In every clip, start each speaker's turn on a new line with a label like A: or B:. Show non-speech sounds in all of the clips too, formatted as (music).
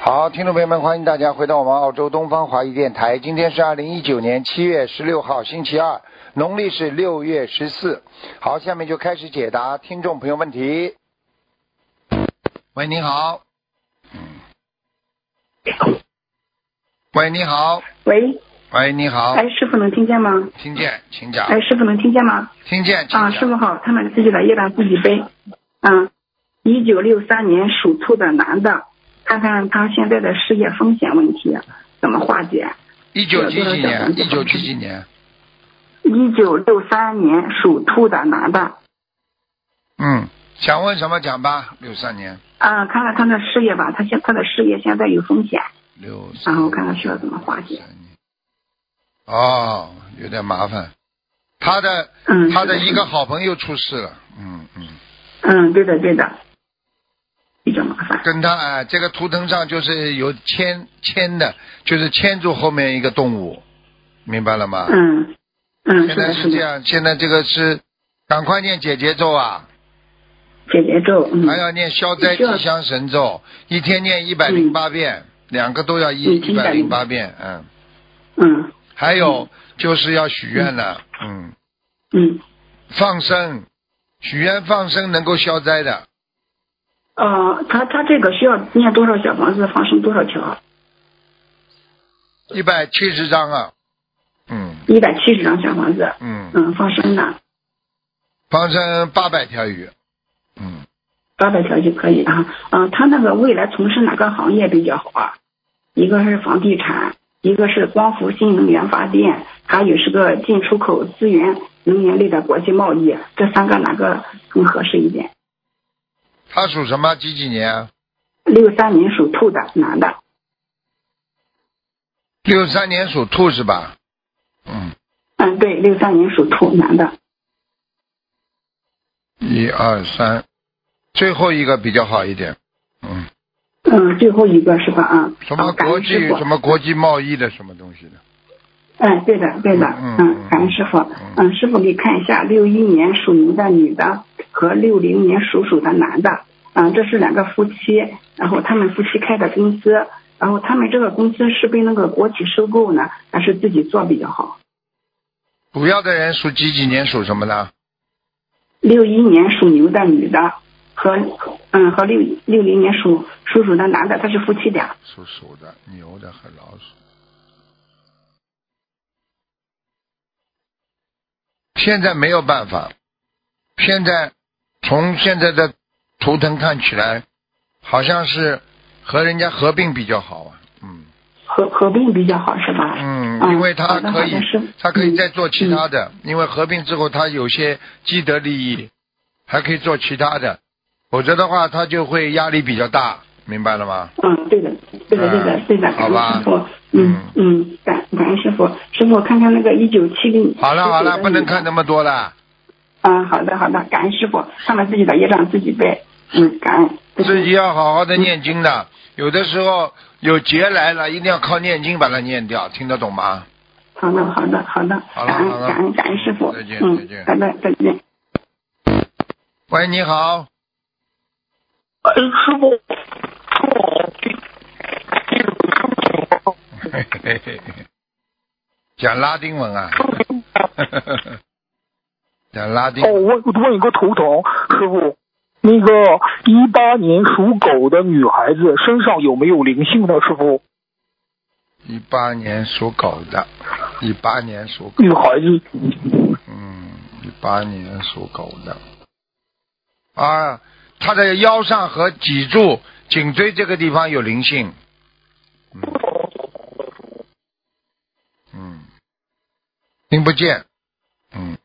A: 好，听众朋友们，欢迎大家回到我们澳洲东方华语电台。今天是二零一九年七月十六号，星期二，农历是六月十四。好，下面就开始解答听众朋友问题。喂，你好。嗯喂，你好。
B: 喂，
A: 喂，你好。
B: 哎，师傅能听见吗？
A: 听见，请讲。
B: 哎，师傅能听见吗？
A: 听见，请
B: 啊，
A: 讲。
B: 师傅好，他们自己的夜半自己背。嗯，一九六三年属兔的男的，看看他现在的事业风险问题怎么化解。
A: 一九几几年？一
B: 有
A: 九
B: 多少小房子
A: 几几年？
B: 一九六三年属兔的男的，
A: 嗯，想问什么讲吧？六三年，
B: 啊，看看他的事业吧，他现他的事业现在有风险，
A: 六三
B: 然
A: 年。
B: 后看看需要怎么化解。
A: 哦，有点麻烦。他的
B: 嗯，
A: 他的
B: 是
A: 一个好朋友出事了，嗯嗯，
B: 嗯，对的对的，比较麻烦。
A: 跟他啊，这个图腾上就是有牵牵的，就是牵住后面一个动物，明白了吗？
B: 嗯嗯，
A: 现
B: 是
A: 在
B: 的
A: 是
B: 是
A: 这
B: 的，
A: 样，现在这个是赶快念解结咒啊，
B: 解结咒，嗯，
A: 还要念消灾吉祥神咒，一天念一百零八遍，两个都要一
B: 嗯
A: 一百零八遍，嗯，
B: 嗯
A: 还有就是要许愿了，嗯，
B: 嗯，
A: 放生，许愿放生能够消灾的，
B: 呃，他他这个需要念多少小房子，放生多少条？
A: 一百七十张啊，嗯
B: 一百七十张小房子，
A: 嗯，
B: 嗯，放生呢，
A: 放生八百条鱼，嗯，
B: 八百条就可以啊。嗯、他那个未来从事哪个行业比较好啊？一个是房地产，一个是光伏新能源发电，还有是个进出口资源能源类的国际贸易，这三个哪个更合适一点？
A: 他属什么？几几年啊？
B: 六三年属兔的男的，
A: 六三年属兔是吧？嗯，
B: 嗯，对，六三年属兔男的，
A: 一二三，最后一个比较好一点，嗯，
B: 嗯，最后一个是吧？啊，
A: 什么
B: 啊感
A: 国
B: 恩
A: 际
B: 师傅
A: 什么国际贸易的什么东西的？
B: 嗯，对的，对的，
A: 嗯嗯嗯
B: 嗯，感恩师傅，嗯，师傅给看一下六一年属牛的女的和六零年属鼠的男的，嗯，这是两个夫妻，然后他们夫妻开的公司，然后他们这个公司是被那个国企收购呢，还是自己做比较好？
A: 主要的人属几几年属什么的？
B: 六一年属牛的女的和嗯和六六零年属属鼠的男的，他是夫妻俩，
A: 属鼠的、牛的和老鼠。现在没有办法，现在从现在的图腾看起来，好像是和人家合并比较好啊。嗯
B: 合合并比较好是吧？
A: 嗯，因为他
B: 好的
A: 可
B: 好
A: 以
B: 的师傅，
A: 他可以再
B: 嗯
A: 做其他的，因为合并之后他有些既得利益，还可以做其他的，否则的话他就会压力比较大，明白了吗？
B: 嗯，对的，对的，对的，对的，
A: 好
B: 感
A: 吧
B: 恩师傅，嗯嗯，感感恩师傅，师傅看看那个一九七零，
A: 好了好了，不能看那么多了。
B: 嗯，好的好的，感恩师傅，他们自己的业障自己背，嗯，感恩，再见
A: 自己要好好的念经的。有的时候有劫来了，一定要靠念经把它念掉，听得懂吗？
B: 好的好的好的，
A: 好了
B: 感恩
A: 好了
B: 感恩感恩师傅，
A: 再见再
B: 嗯
A: 见，
B: 拜拜再见，
A: 喂，你好， (laughs)
C: 哎，师傅，师傅，我这这个看不清了。
A: 嘿嘿嘿嘿讲拉丁文啊， (laughs) 讲拉丁
C: 哦，我问一个图腾，师傅，那个一八年属狗的女孩子身上有没有灵性呢？师傅，
A: 一八年属狗的，一八年属狗，
C: 女孩子，
A: 嗯，一八年属狗的，啊，他的腰上和脊柱、颈椎这个地方有灵性，嗯，嗯，听不见，嗯，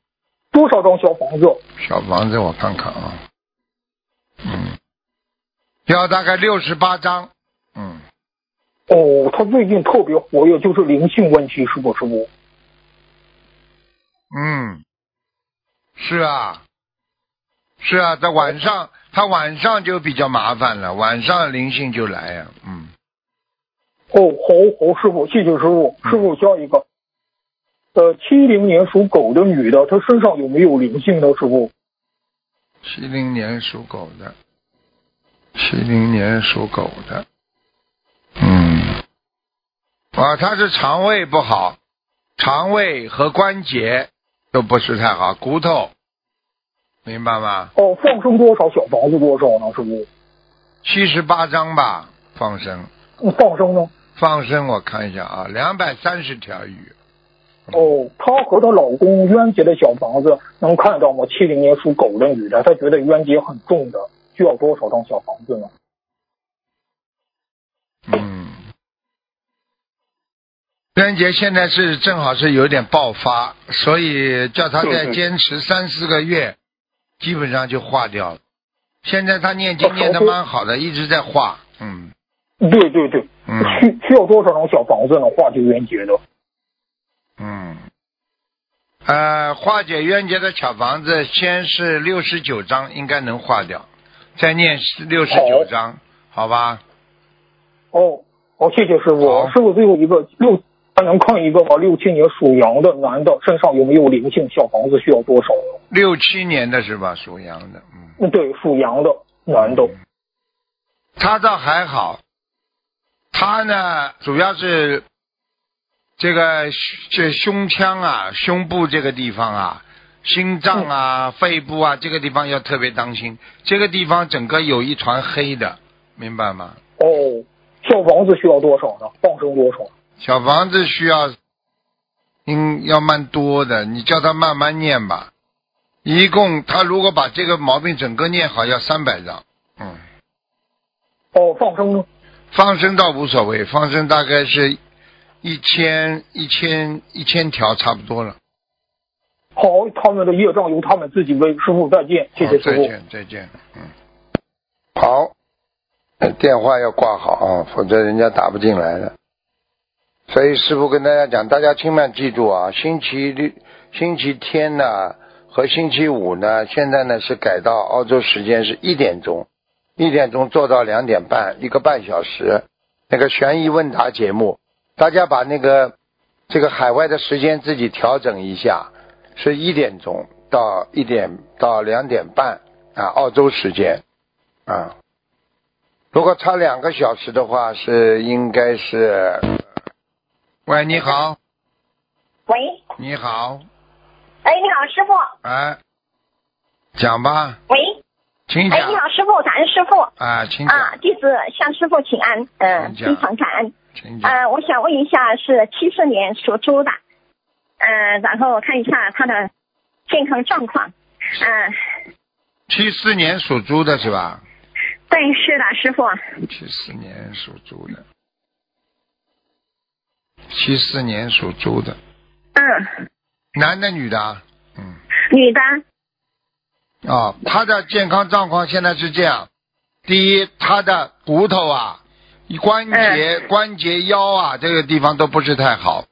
C: 多少张小房子？
A: 小房子我看看啊，嗯，要大概六十八张，嗯，
C: 哦，她最近特别活跃，就是灵性问题，是不是？师傅，
A: 嗯，是啊，是啊，在晚上，他晚上就比较麻烦了，晚上灵性就来呀、嗯，
C: 哦，好好，师傅，谢谢师傅。
A: 嗯
C: 师傅，下一个，呃，七零年属狗的女的，她身上有没有灵性呢？师傅，
A: 七零年属狗的，七零年属狗的，嗯，啊，他是肠胃不好，肠胃和关节都不是太好，骨头，明白吗？
C: 哦，放生多少？小房子多少呢？师傅？
A: 七十八章吧，放生，
C: 嗯放生呢？
A: 放生，我看一下啊，两百三十条鱼，
C: 哦，她和她老公冤结的小房子能看到吗？七零年属狗的女的，她觉得冤结很重的，需要多少张小房子呢？
A: 嗯，端杰现在是正好是有点爆发，所以叫他再
C: 嗯嗯
A: 坚持三四个月，基本上就化掉了。现在他念经
C: 哦
A: 念的
C: 好多
A: 蛮好的，一直在化，嗯
C: 对对对，
A: 嗯
C: 需需要多少张小房子能化解冤结的？
A: 嗯。呃，化解冤结的小房子，先是六十九章，应该能化掉，再念六十九章，好吧？
C: 哦，好，谢谢师
A: 好
C: 傅。师傅最后一个六，还能看一个吗？六七年属羊的男的身上有没有灵性？小房子需要多少呢？
A: 六七年的是吧？属羊的，嗯。
C: 嗯，对，属羊的男的。
A: 他倒还好，他呢主要是这个这胸腔啊、胸部这个地方啊、心脏啊、肺部啊这个地方要特别当心，这个地方整个有一团黑的，明白吗？嗯
C: 哦，小房子需要多少呢？放生多少？
A: 小房子需要，应要蛮多的，你叫他慢慢念吧。一共他如果把这个毛病整个念好，要三百张，嗯。
C: 哦，放生呢？
A: 放生倒无所谓，放生大概是一千一千一千条差不多了。
C: 好，他们的业障由他们自己背。师傅再见，谢谢
A: 好
C: 师
A: 再
C: 傅。
A: 见再见，嗯。好，呃电话要挂好啊，否则人家打不进来了。所以师傅跟大家讲，大家千万记住啊，星期六、星期天呢和星期五呢，现在呢是改到澳洲时间是一点钟，一点钟做到两点半，一个半小时。那个悬疑问答节目，大家把那个这个海外的时间自己调整一下，是一点钟到一点到两点半啊，澳洲时间啊。如果差两个小时的话，是应该是。喂，你好，
D: 喂，
A: 你好，
D: 哎，你好，师傅，
A: 哎，讲吧，
D: 喂，
A: 请
D: 哎，
A: 讲
D: 你好，师傅，感恩师傅
A: 啊，请讲，
D: 啊，弟子向师傅请安，嗯、
A: 请讲
D: 非常感恩。
A: 请讲。
D: 呃，我想问一下，是七四年属猪的，呃，然后看一下他的健康状况。嗯、
A: 七四年属猪的是吧？
D: 对，是的，师傅。嗯
A: 七四年属猪的，七四年属猪的，
D: 嗯，
A: 男的女的啊？嗯。
D: 女的，
A: 啊、他的健康状况现在是这样：第一，他的骨头啊、关
D: 哎
A: 节、关节、腰啊这个地方都不是太好。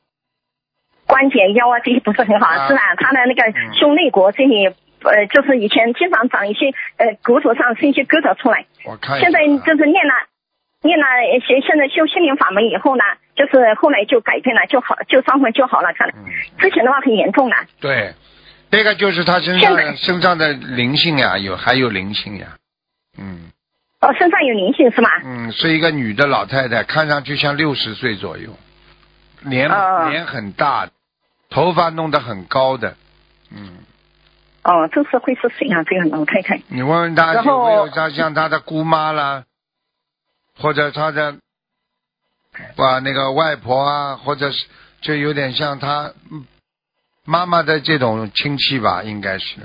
D: 关节腰啊这些不是很好，
A: 啊
D: 是吧？他的那
A: 嗯
D: 个胸肋骨这里，呃，就是以前经常长一些，呃，骨头上是一些疙瘩出来。
A: 我看一下
D: 现
A: 啊，
D: 在就是念了，念了现现在修心灵法门以后呢，就是后来就改变了，就好就伤痕就好了，看来
A: 嗯，
D: 之前的话很严重的。
A: 对，这个就是他身
D: 现在
A: 上身上的灵性呀、有还有灵性呀、嗯
D: 哦，身上有灵性是吗？
A: 嗯，是一个女的老太太，看上去像六十岁左右，脸、
D: 啊
A: 脸很大，头发弄得很高的，嗯。
D: 哦，这次会是谁啊？这个我看一看。
A: 你问问他有
D: 然后
A: 没有他像他的姑妈啦，或者他的把那个外婆啊，或者是就有点像他嗯妈妈的这种亲戚吧，应该是，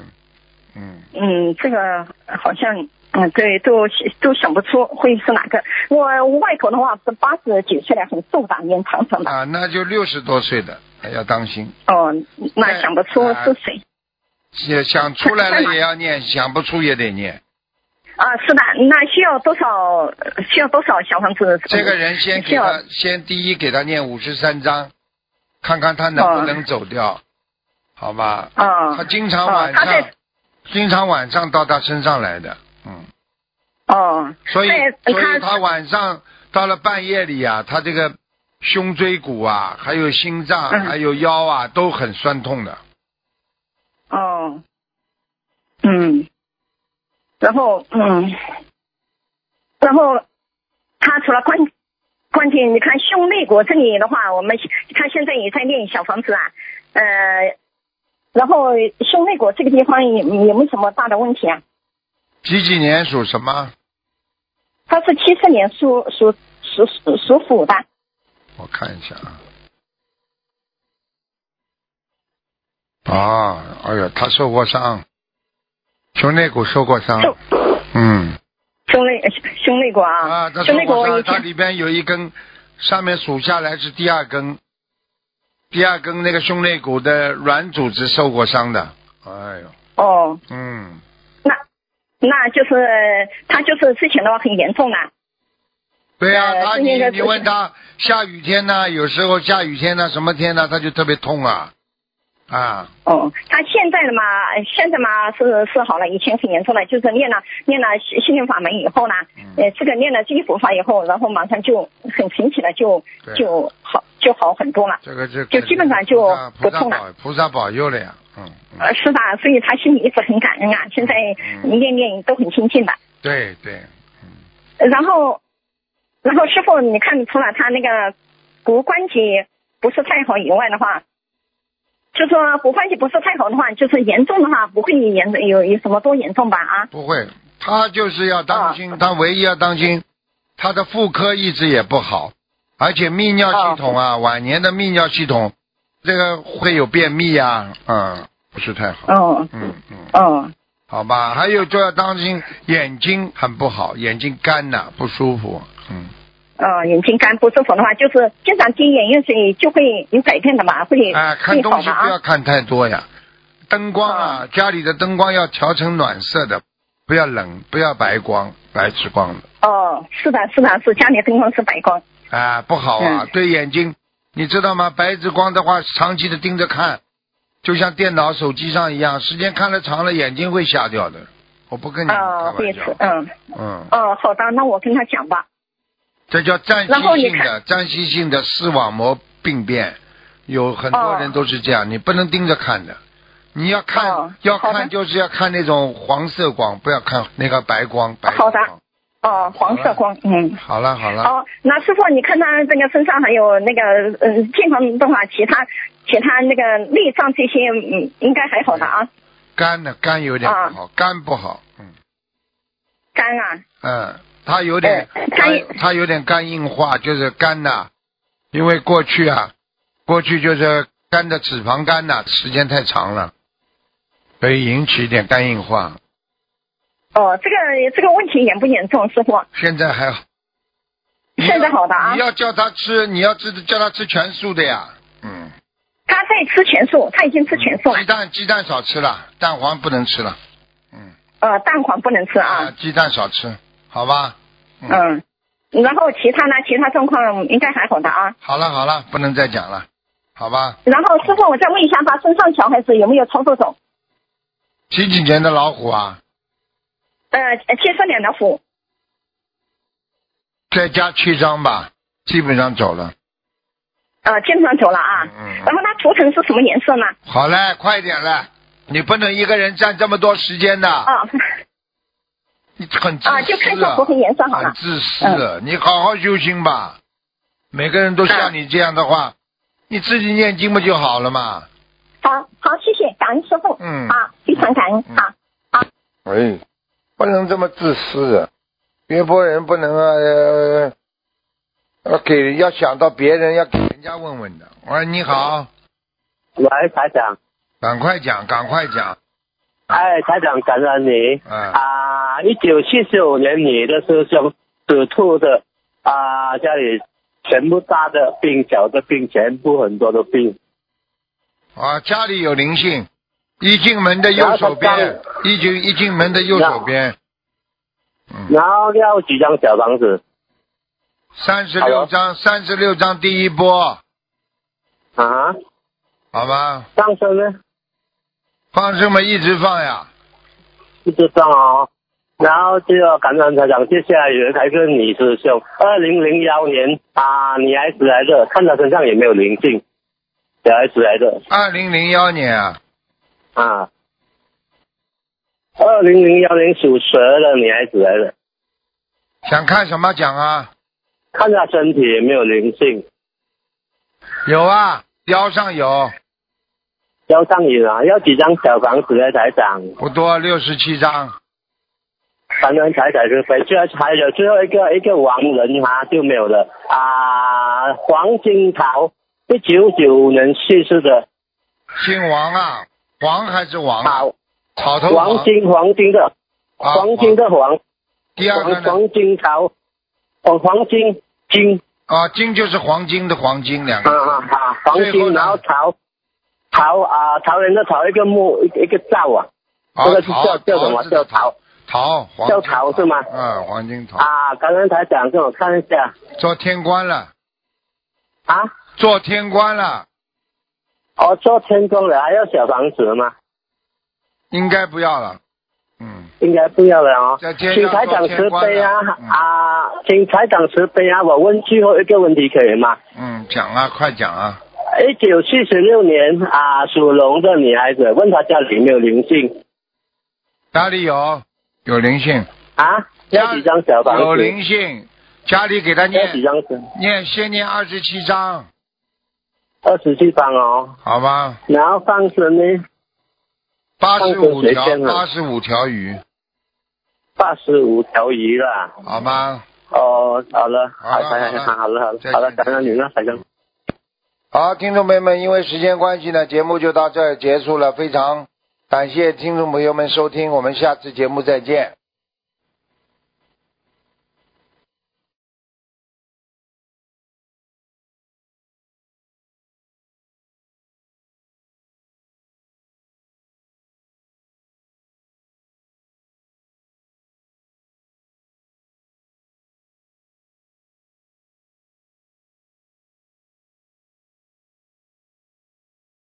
A: 嗯，
D: 嗯，这个好像嗯，对，都都想不出会是哪个。我我外婆的话是八十几岁了，很瘦的，脸长长的。
A: 啊，那就六十多岁的要当心，
D: 哦，
A: 对
D: 那想不出是谁。
A: 也想出来
D: 看
A: 了
D: 看
A: 也要念，想不出也得念。
D: 啊，是的，那需要多少需要多少小房子？
A: 这个人先
D: 需
A: 给
D: 要
A: 他先第一给他念五十三章，看看他能不
D: 哦
A: 能走掉，好吧？
D: 啊，
A: 他经常
D: 哦
A: 晚
D: 他
A: 上
D: 在，
A: 经常晚上到他身上来的，嗯，
D: 哦，
A: 所以所
D: 对
A: 以
D: 他
A: 他晚上到了半夜里啊，他这个胸椎骨啊，还有心脏，
D: 嗯
A: 还有腰啊，都很酸痛的。
D: 哦，嗯，然后嗯，然后他除了关关键你看胸肋骨这里的话，我们他现在也在练小房子啊，呃，然后胸肋骨这个地方也也没什么大的问题啊。
A: 几几年属什么？
D: 他是七四年属属属属属虎的，
A: 我看一下啊。啊，哎呀，他受过伤，胸肋骨受过伤
D: 受，
A: 嗯，
D: 胸肋胸肋骨啊，
A: 啊，他
D: 胸
A: 受
D: 肋骨
A: 过
D: 我
A: 伤，
D: 以
A: 他
D: 前
A: 里边有一根，上面数下来是第二根，第二根那个胸肋骨的软组织受过伤的，哎呦，
D: 哦，
A: 嗯，
D: 那那就是他就是之前的话很严重啊，
A: 对呀、
D: 呃
A: 他
D: 是
A: 你
D: 那个
A: 你问他下雨天呢，有时候下雨天呢，什么天呢，他就特别痛啊，啊，
D: 哦，他现在的嘛，现在嘛是是好了，以前很严重的，就是练了练了心心灵法门以后呢，
A: 嗯
D: 呃，这个练了这一佛法以后，然后马上就很神奇的就
A: 对
D: 就好就好很多了。
A: 这个就
D: 就基本上就
A: 菩
D: 不
A: 萨
D: 痛了
A: 保菩萨保佑了呀，嗯，嗯
D: 呃，是吧？所以他心里一直很感恩啊，现在
A: 嗯
D: 练练都很亲近的。
A: 对对，
D: 然后，然后师傅，你看除了他那个骨关节不是太好以外的话，就说骨关节不是太好的话，就是严重的话不会严有有什么多严重吧啊？
A: 不会，他就是要当心，他唯一要当心，他的妇科一直也不好，而且泌尿系统啊，晚年的泌尿系统，这个会有便秘啊，嗯，不是太好，
D: 哦
A: 嗯嗯，
D: 哦
A: 好吧，还有就要当心眼睛很不好，眼睛干呐、不舒服，嗯，
D: 哦，眼睛干不舒服的话，就是经常滴眼药水就会有改变的嘛，会
A: 啊，看
D: 会好
A: 东西
D: 的
A: 不要
D: 啊。
A: 看太多呀，灯光啊，家里的灯光要调成暖色的，不要冷，不要白光，白吃光的。
D: 哦，是的，是的，是家里灯光是白光。
A: 啊，不好啊，
D: 嗯
A: 对眼睛，你知道吗？白日光的话，长期的盯着看，就像电脑、手机上一样，时间看的长了，眼睛会瞎掉的。我不跟你开
D: 哦，对
A: 玩
D: 是
A: 笑，，
D: 嗯，
A: 嗯，
D: 哦，好的，那我跟他讲吧。
A: 这叫暂
D: 然后
A: 时
D: 你
A: 性的、暂时性的视网膜病变，有很多
D: 哦
A: 人都是这样，你不能盯着看的。你要看，
D: 哦
A: 要
D: 好的
A: 看就是要看那种黄色光，不要看那个白光。白
D: 好的
A: 光
D: 哦，黄色光，嗯。
A: 好了好了，
D: 哦，那师傅，你看他这个身上还有那个嗯，健康的话，其他其他那个内脏这些，嗯，应该还好的啊。
A: 肝呢肝有点不好，
D: 哦
A: 肝不好，嗯。
D: 肝啊，
A: 嗯，他有点，
D: 哎
A: 他
D: 肝硬
A: 他有点肝硬化，就是肝呐、因为过去啊，过去就是肝的脂肪肝呐、时间太长了，所以引起一点肝硬化。
D: 哦，这个这个问题严不严重，师傅？
A: 现在还好，你要
D: 现在好的啊
A: 你。要叫他吃，你要知叫他吃全素的呀，嗯，
D: 他在吃全素，他已经吃全素了啊
A: 鸡。蛋鸡蛋少吃了，蛋黄不能吃了，嗯
D: 呃，蛋黄不能吃啊。
A: 鸡蛋少吃，好吧，嗯
D: 嗯。然后其他呢？其他状况应该还好的啊。
A: 好了好了，不能再讲了，好吧，
D: 然后师傅，我再问一下，他身上小孩子有没有操作走？
A: 几几年的老虎啊，
D: 呃，七十年的虎。
A: 再加七张吧，基本上走了。
D: 呃，经常走了啊。
A: 嗯
D: 然后他图腾是什么颜色呢？
A: 好嘞，快点嘞，你不能一个人占这么多时间的，
D: 啊。 (laughs)
A: 你很自私
D: 啊，就看一下符合颜色好了嗯
A: 很。自私、你好好修心吧。每个人都像你这样的话，你自己念经不就好了嘛？
D: 好好，谢谢，感恩师傅。
A: 嗯
D: 啊，非常感恩。
A: 嗯
D: 好，
A: 喂，不能这么自私啊！约伯人不能啊，呃要给要想到别人，要给人家问问的。喂，你好，
E: 喂，台长，
A: 赶快讲，赶快讲，
E: 哎，台长，感恩你
A: 嗯
E: 啊！一九七九年，你的师兄属兔的啊，家里全部大的病、小的病，全部很多的病。
A: 啊，家里有灵性，一进门的右手边，一进一进门的右手边，嗯，
E: 然后要几张小房子
A: 三十六章，三十六章第一波，
E: 啊？
A: 好吧，
E: 上升呢？
A: 放生嘛一直放呀，
E: 不知道哦。然后就要感恩台长，接下来有人还是你师兄，二零零幺年啊，女孩子来的，看他身上有没有灵性，小孩子来的
A: 二零零幺年啊，
E: 啊。二零零幺年属蛇的女孩子来的。
A: 想看什么讲啊？
E: 看一下身体有没有灵性，
A: 有啊，腰上有
E: 腰上瘾啊，要几张小房子的台长，
A: 不多，六十七张。
E: 感恩台长是非，最后还有最后一个一个王人啊就没有了啊，黄金桃，一九九年去世的，
A: 姓王啊，王还是王啊？
E: 好，
A: 草头
E: 黄金黄金的
A: 啊
E: 黄金的黄。
A: 第二个
E: 黄
A: 呢？
E: 黄金桃，哦，黄金金
A: 啊，金就是黄金的黄金两
E: 啊
A: 个。
E: 啊啊，黄
A: 最后
E: 金，
A: 呢
E: 然后桃桃啊，桃人的桃，一个木一个一个造啊，
A: 啊
E: 这个，是
A: 桃
E: 叫叫什么？
A: 是
E: 叫桃
A: 桃，黄
E: 叫
A: 金
E: 桃是吗
A: 嗯，黄金桃
E: 啊！刚刚才讲给我看一下
A: 做天官了，
E: 啊，
A: 做天官了，
E: 哦，做天宫的还要小房子吗？
A: 应该不要了。嗯，
E: 应该不要了哦
A: 在，天上
E: 请台长
A: 做天
E: 慈
A: 官的
E: 悲啊
A: 嗯
E: 啊，请台长慈悲啊！我问最后一个问题可以吗？
A: 嗯，讲啊，快讲啊。
E: 一九七十六年啊，属龙的女孩子，问她家里有没有灵性
A: 家里有有灵性，
E: 啊？要几张小房子？
A: 有灵性，家里给他
E: 要几
A: 念
E: 张纸？
A: 念，先念二十七章，
E: 二十七张哦。
A: 好吗？
E: 然后放生呢，
A: 八十五条
E: 放生谁啊先，了
A: 八十五条鱼，
E: 八十五条鱼啦。
A: 好吗？
E: 哦，好了，
A: 好了
E: 好了，好了，好了
A: 再，见
E: 好了，感恩你了，反正。
A: 好，听众朋友们，因为时间关系呢，节目就到这儿结束了。非常感谢听众朋友们收听，我们下次节目再见。